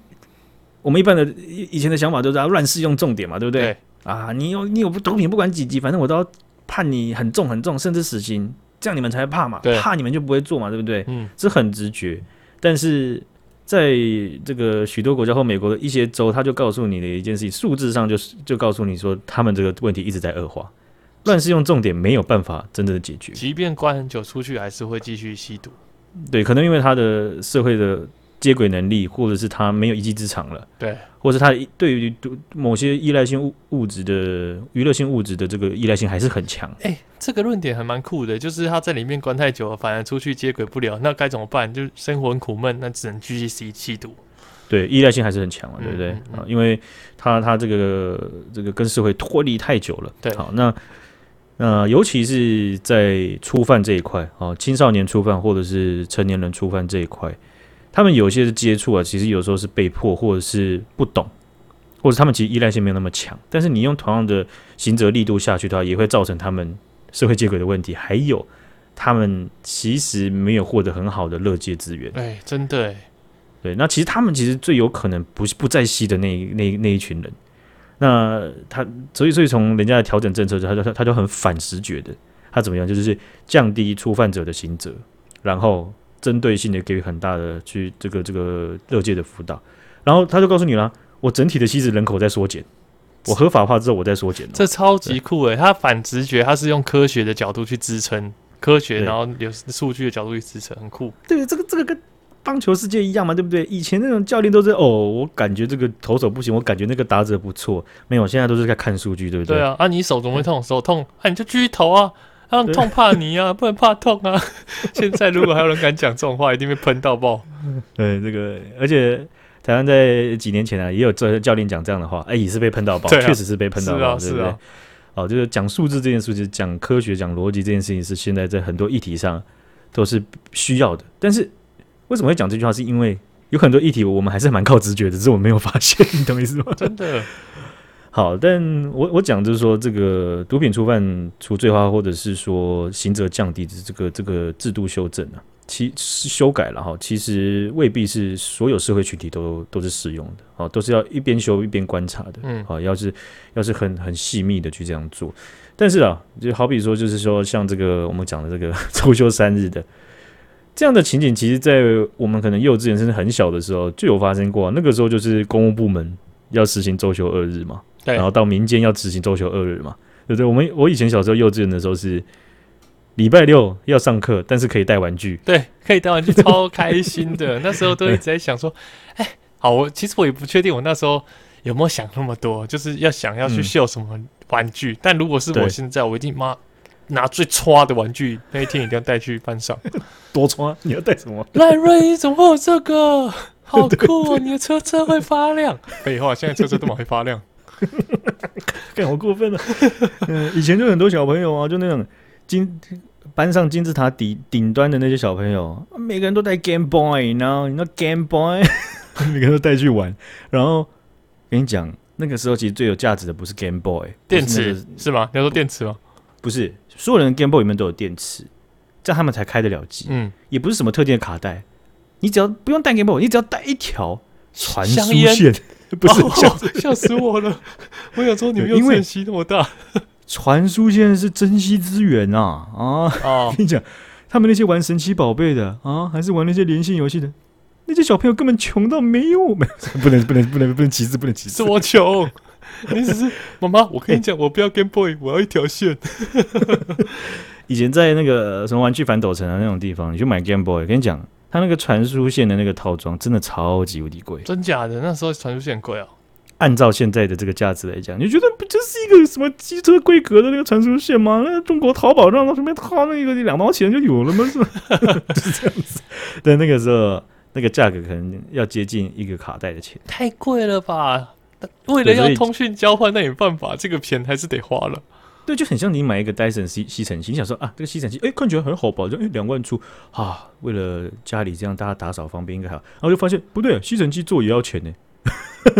[SPEAKER 1] 我们一般的以以前的想法就是啊，乱适用重点嘛，对不对？
[SPEAKER 2] 对
[SPEAKER 1] 啊，你有你有毒品，不管几级，反正我都要判你很重很重，甚至死刑，这样你们才会怕嘛
[SPEAKER 2] 对，
[SPEAKER 1] 怕你们就不会做嘛，对不对？
[SPEAKER 2] 嗯，
[SPEAKER 1] 这很直觉，但是在这个许多国家或美国的一些州，他就告诉你的一件事情，数字上就是就告诉你说，他们这个问题一直在恶化，乱是用重点没有办法真正的解决。
[SPEAKER 2] 即便关很久出去，还是会继续吸毒。
[SPEAKER 1] 对，可能因为他的社会的接轨能力，或者是他没有一技之长了，
[SPEAKER 2] 对，
[SPEAKER 1] 或者他对于毒某些依赖性物物质的娱乐性物质的这个依赖性还是很强。
[SPEAKER 2] 哎、这个论点还蛮酷的，就是他在里面关太久了，反而出去接轨不了，那该怎么办？就生活很苦闷，那只能继续吸吸毒。
[SPEAKER 1] 对，依赖性还是很强嘛，对不对？
[SPEAKER 2] 嗯嗯
[SPEAKER 1] 啊，因为他他这个这个跟社会脱离太久了。
[SPEAKER 2] 对
[SPEAKER 1] 好，那那、尤其是在初犯这一块，哦，青少年初犯或者是成年人初犯这一块，他们有些的接触啊，其实有时候是被迫，或者是不懂，或者他们其实依赖性没有那么强。但是你用同样的刑责力度下去的话，也会造成他们社会接轨的问题，还有他们其实没有获得很好的乐界资源。
[SPEAKER 2] 哎、真的、哎，
[SPEAKER 1] 对，那其实他们其实最有可能不是不在西的那一那一那一群人，那他所以所以从人家的调整政策之后，他就他就很反直觉的，他怎么样就是降低初犯者的刑责，然后针对性的给予很大的去这个这个乐界的辅导，然后他就告诉你啦，我整体的吸食人口在缩减，我合法化之后我在缩减哦、
[SPEAKER 2] 这超级酷哎、他反直觉，他是用科学的角度去支撑科学，
[SPEAKER 1] 对
[SPEAKER 2] 然后有数据的角度去支撑，很酷。
[SPEAKER 1] 对，这个这个跟棒球世界一样嘛，对不对？以前那种教练都是哦，我感觉这个投手不行，我感觉那个打者不错，没有，现在都是在看数据，对不
[SPEAKER 2] 对啊，啊，你手怎么会痛？手痛，啊，你就继续投啊，啊，
[SPEAKER 1] 对
[SPEAKER 2] 痛怕你啊， 不能怕痛 啊。现在如果还有人敢讲这种话，一定被喷到爆。
[SPEAKER 1] 对，这个而且台湾在几年前啊，也有教教练讲这样的话，哎、也是被喷到爆，
[SPEAKER 2] 对啊
[SPEAKER 1] 确、实是被喷到
[SPEAKER 2] 是啊
[SPEAKER 1] 爆，对不
[SPEAKER 2] 是
[SPEAKER 1] 对？
[SPEAKER 2] 啊
[SPEAKER 1] 啊、哦，就是讲数字这件事情，讲科学、讲逻辑这件事情，是现在在很多议题上都是需要的。但是为什么会讲这句话？是因为有很多议题我们还是蛮靠直觉的，只是我没有发现， 你懂意思吗？
[SPEAKER 2] 啊真的。
[SPEAKER 1] 好，但我我讲就是说，这个毒品触犯除罪化，或者是说刑责降低的这个这个制度修正啊，其修改了哈，其实未必是所有社会群体都都是适用的，哦，都是要一边修一边观察的，
[SPEAKER 2] 嗯
[SPEAKER 1] 好，要是要是很很细密的去这样做，但是啊，就好比说，就是说像这个我们讲的这个 周休三日的这样的情景，其实，在我们可能幼稚园甚至很小的时候就有发生过啊、那个时候就是公务部门要实行周休二日嘛，
[SPEAKER 2] 对
[SPEAKER 1] 然后到民间要执行周休二日嘛，对不对？我们我以前小时候幼稚园的时候是礼拜六要上课，但是可以带玩具。
[SPEAKER 2] 对，可以带玩具，超开心的。那时候都一直在想说， 哎，好，我其实我也不确定我那时候有没有想那么多，就是要想要去
[SPEAKER 1] 嗯
[SPEAKER 2] 秀什么玩具。但如果是我
[SPEAKER 1] 对
[SPEAKER 2] 现在，我一定妈拿最差的玩具，那一天一定要带去班上。
[SPEAKER 1] 多穿、你要带什么？
[SPEAKER 2] 赖瑞，怎么会有这 个？好酷哦！你的车车会发亮。 废话，现在车车都蛮会发亮。
[SPEAKER 1] 干好过分啊！嗯，以前就很多小朋友啊，就那种金班上金字塔顶顶端的那些小朋友，每个人都带 Game Boy，然后你知道 Game Boy，每 个人都带去玩。然后跟你讲，那个时候其实最有价值的不是 Game Boy，不是 那
[SPEAKER 2] 电池
[SPEAKER 1] 个
[SPEAKER 2] 是吗？你要说电池吗？
[SPEAKER 1] 不是所有人的 Game Boy 里面都有电池，这样他们才开得了机。
[SPEAKER 2] 嗯，
[SPEAKER 1] 也不是什么特定的卡带，你只要不用带 Game Boy，你只要带一条传输
[SPEAKER 2] 香烟
[SPEAKER 1] 线， 不是、
[SPEAKER 2] 哦
[SPEAKER 1] 像
[SPEAKER 2] 吓死我了！我想说你们
[SPEAKER 1] 对因
[SPEAKER 2] 又
[SPEAKER 1] 为
[SPEAKER 2] 珍惜那么 大
[SPEAKER 1] 传输线是珍惜资源啊啊！
[SPEAKER 2] 哦
[SPEAKER 1] 跟你讲，他们那些玩神奇宝贝的啊，还是玩那些连线游戏的，那些小朋友根本穷到没有， 没有不能不能不能不能歧视，不能歧
[SPEAKER 2] 是
[SPEAKER 1] 视。
[SPEAKER 2] 我穷。 你只是 哎妈妈，我跟你讲，我不要 Game Boy，我要一条线。
[SPEAKER 1] 以前在那个呃什么玩具反斗城啊那种地方，你去买 Game Boy，跟你讲，它那个传输线的那个套装真的超级无敌贵。
[SPEAKER 2] 真假的？那时候传输线很贵哦。
[SPEAKER 1] 按照现在的这个价值来讲，你觉得不就是一个什么机车规格的那个传输线吗？那中国淘宝上到随便掏那个两毛钱就有了吗？是吧？ 就是这样子。但那个时候那个价格可能要接近一个卡带的钱。
[SPEAKER 2] 太贵了吧？为了
[SPEAKER 1] 对所
[SPEAKER 2] 要
[SPEAKER 1] 以
[SPEAKER 2] 通讯交换，那也没办法，这个钱还是得花了。
[SPEAKER 1] 对，就很像你买一个 Dyson 吸吸尘器，你想说啊，这个吸尘器哎看起来很好吧，就哎两万出啊，为了家里这样大家打扫方便应该好，然后就发现不对，吸尘器做也要钱呢，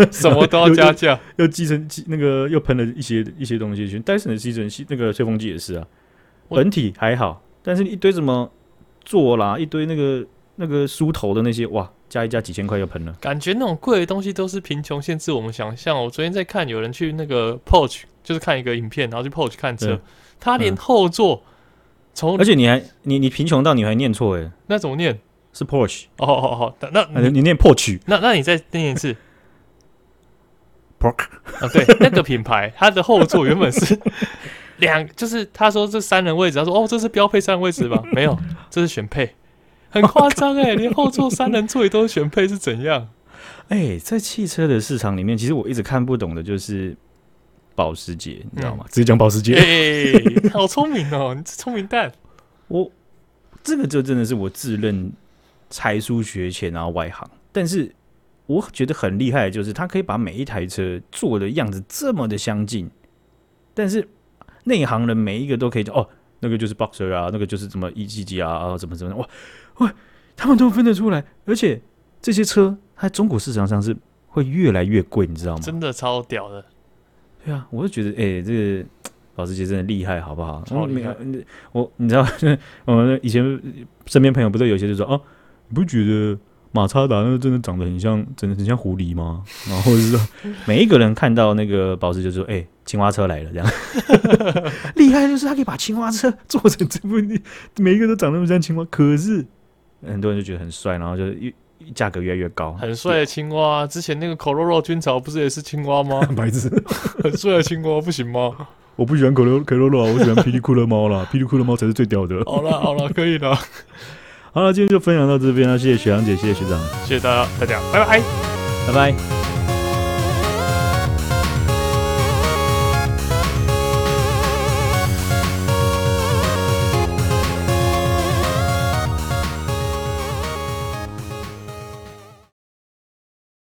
[SPEAKER 2] 什么 都要加价。
[SPEAKER 1] 又吸尘器那个又喷了一些一些东西去。Dyson 的吸尘器那个吹风机也是啊，
[SPEAKER 2] 我
[SPEAKER 1] 本体还好，但是一堆什么座啦，一堆那个那个梳头的那些，哇，加一加几千块又喷了。
[SPEAKER 2] 感觉那种贵的东西都是贫穷限制我们想象。我昨天在看有人去那个 Porsche，就是看一个影片，然后去 Porsche 看车
[SPEAKER 1] 嗯，
[SPEAKER 2] 他连
[SPEAKER 1] 嗯
[SPEAKER 2] 后座从
[SPEAKER 1] 而且你还你你贫穷到你还念错诶、
[SPEAKER 2] 那怎么念？
[SPEAKER 1] 是 Porsche，、
[SPEAKER 2] 哦哦哦，那
[SPEAKER 1] 啊
[SPEAKER 2] 那
[SPEAKER 1] 你你念 Porsche
[SPEAKER 2] 那那你再念一次
[SPEAKER 1] Pork
[SPEAKER 2] 啊？对， 那个品牌它的后座原 本是两，就是他说这三人位置，他说哦这是标配三人位置 吧？没有，这是选配，很
[SPEAKER 1] 哦
[SPEAKER 2] 夸张哎，连后座三人座椅都是选配是怎 样？
[SPEAKER 1] 哎、在汽车的市场里面，其实我一直看不懂的就是保时捷，你知道吗？嗯直接讲保时捷，
[SPEAKER 2] 哎、好聪明哦，你这聪明蛋。
[SPEAKER 1] 我这个就真的是我自认才疏学浅，然后外行，但是我觉得很厉害的就是，他可以把每一台车做的样子这么的相近，但是内行人每一个都可以讲哦，那个就是 boxer 啊，那个就是什么 E G G 啊，啊，怎么怎么的哇哇，他们都分得出来，而且这些车它中国市场上是会越来越贵，你知道吗？
[SPEAKER 2] 真的超屌的，
[SPEAKER 1] 对啊，我就觉得，哎、这个保时捷真的厉害，好不好？
[SPEAKER 2] 超厉害
[SPEAKER 1] 我没有我你知道， 我们以前身边朋友不都有些就说，哦、你不觉得马叉达那真的长得很像，真的很像狐狸吗？然后是说， 每一个人看到那个保时捷就说，哎、青蛙车来了，这样 厉害，就是他可以把青蛙车做成这部，每一个都长那么像青蛙，可是很多人就觉得很帅，然后就越价格越来越高，
[SPEAKER 2] 很帅的青蛙。啊之前那个 Cororo 军曹不是也是青蛙吗？
[SPEAKER 1] 白痴。
[SPEAKER 2] 很帅的青蛙不行吗？
[SPEAKER 1] 我不喜欢可乐可乐乐啊，我喜欢霹雳酷乐猫啦，霹雳酷乐猫才是最屌的。
[SPEAKER 2] 好了好了，可以了，
[SPEAKER 1] 好了，今天就分享到这边了，谢谢学长姐，谢谢学长，
[SPEAKER 2] 谢谢大家，大家拜拜。
[SPEAKER 1] 拜拜。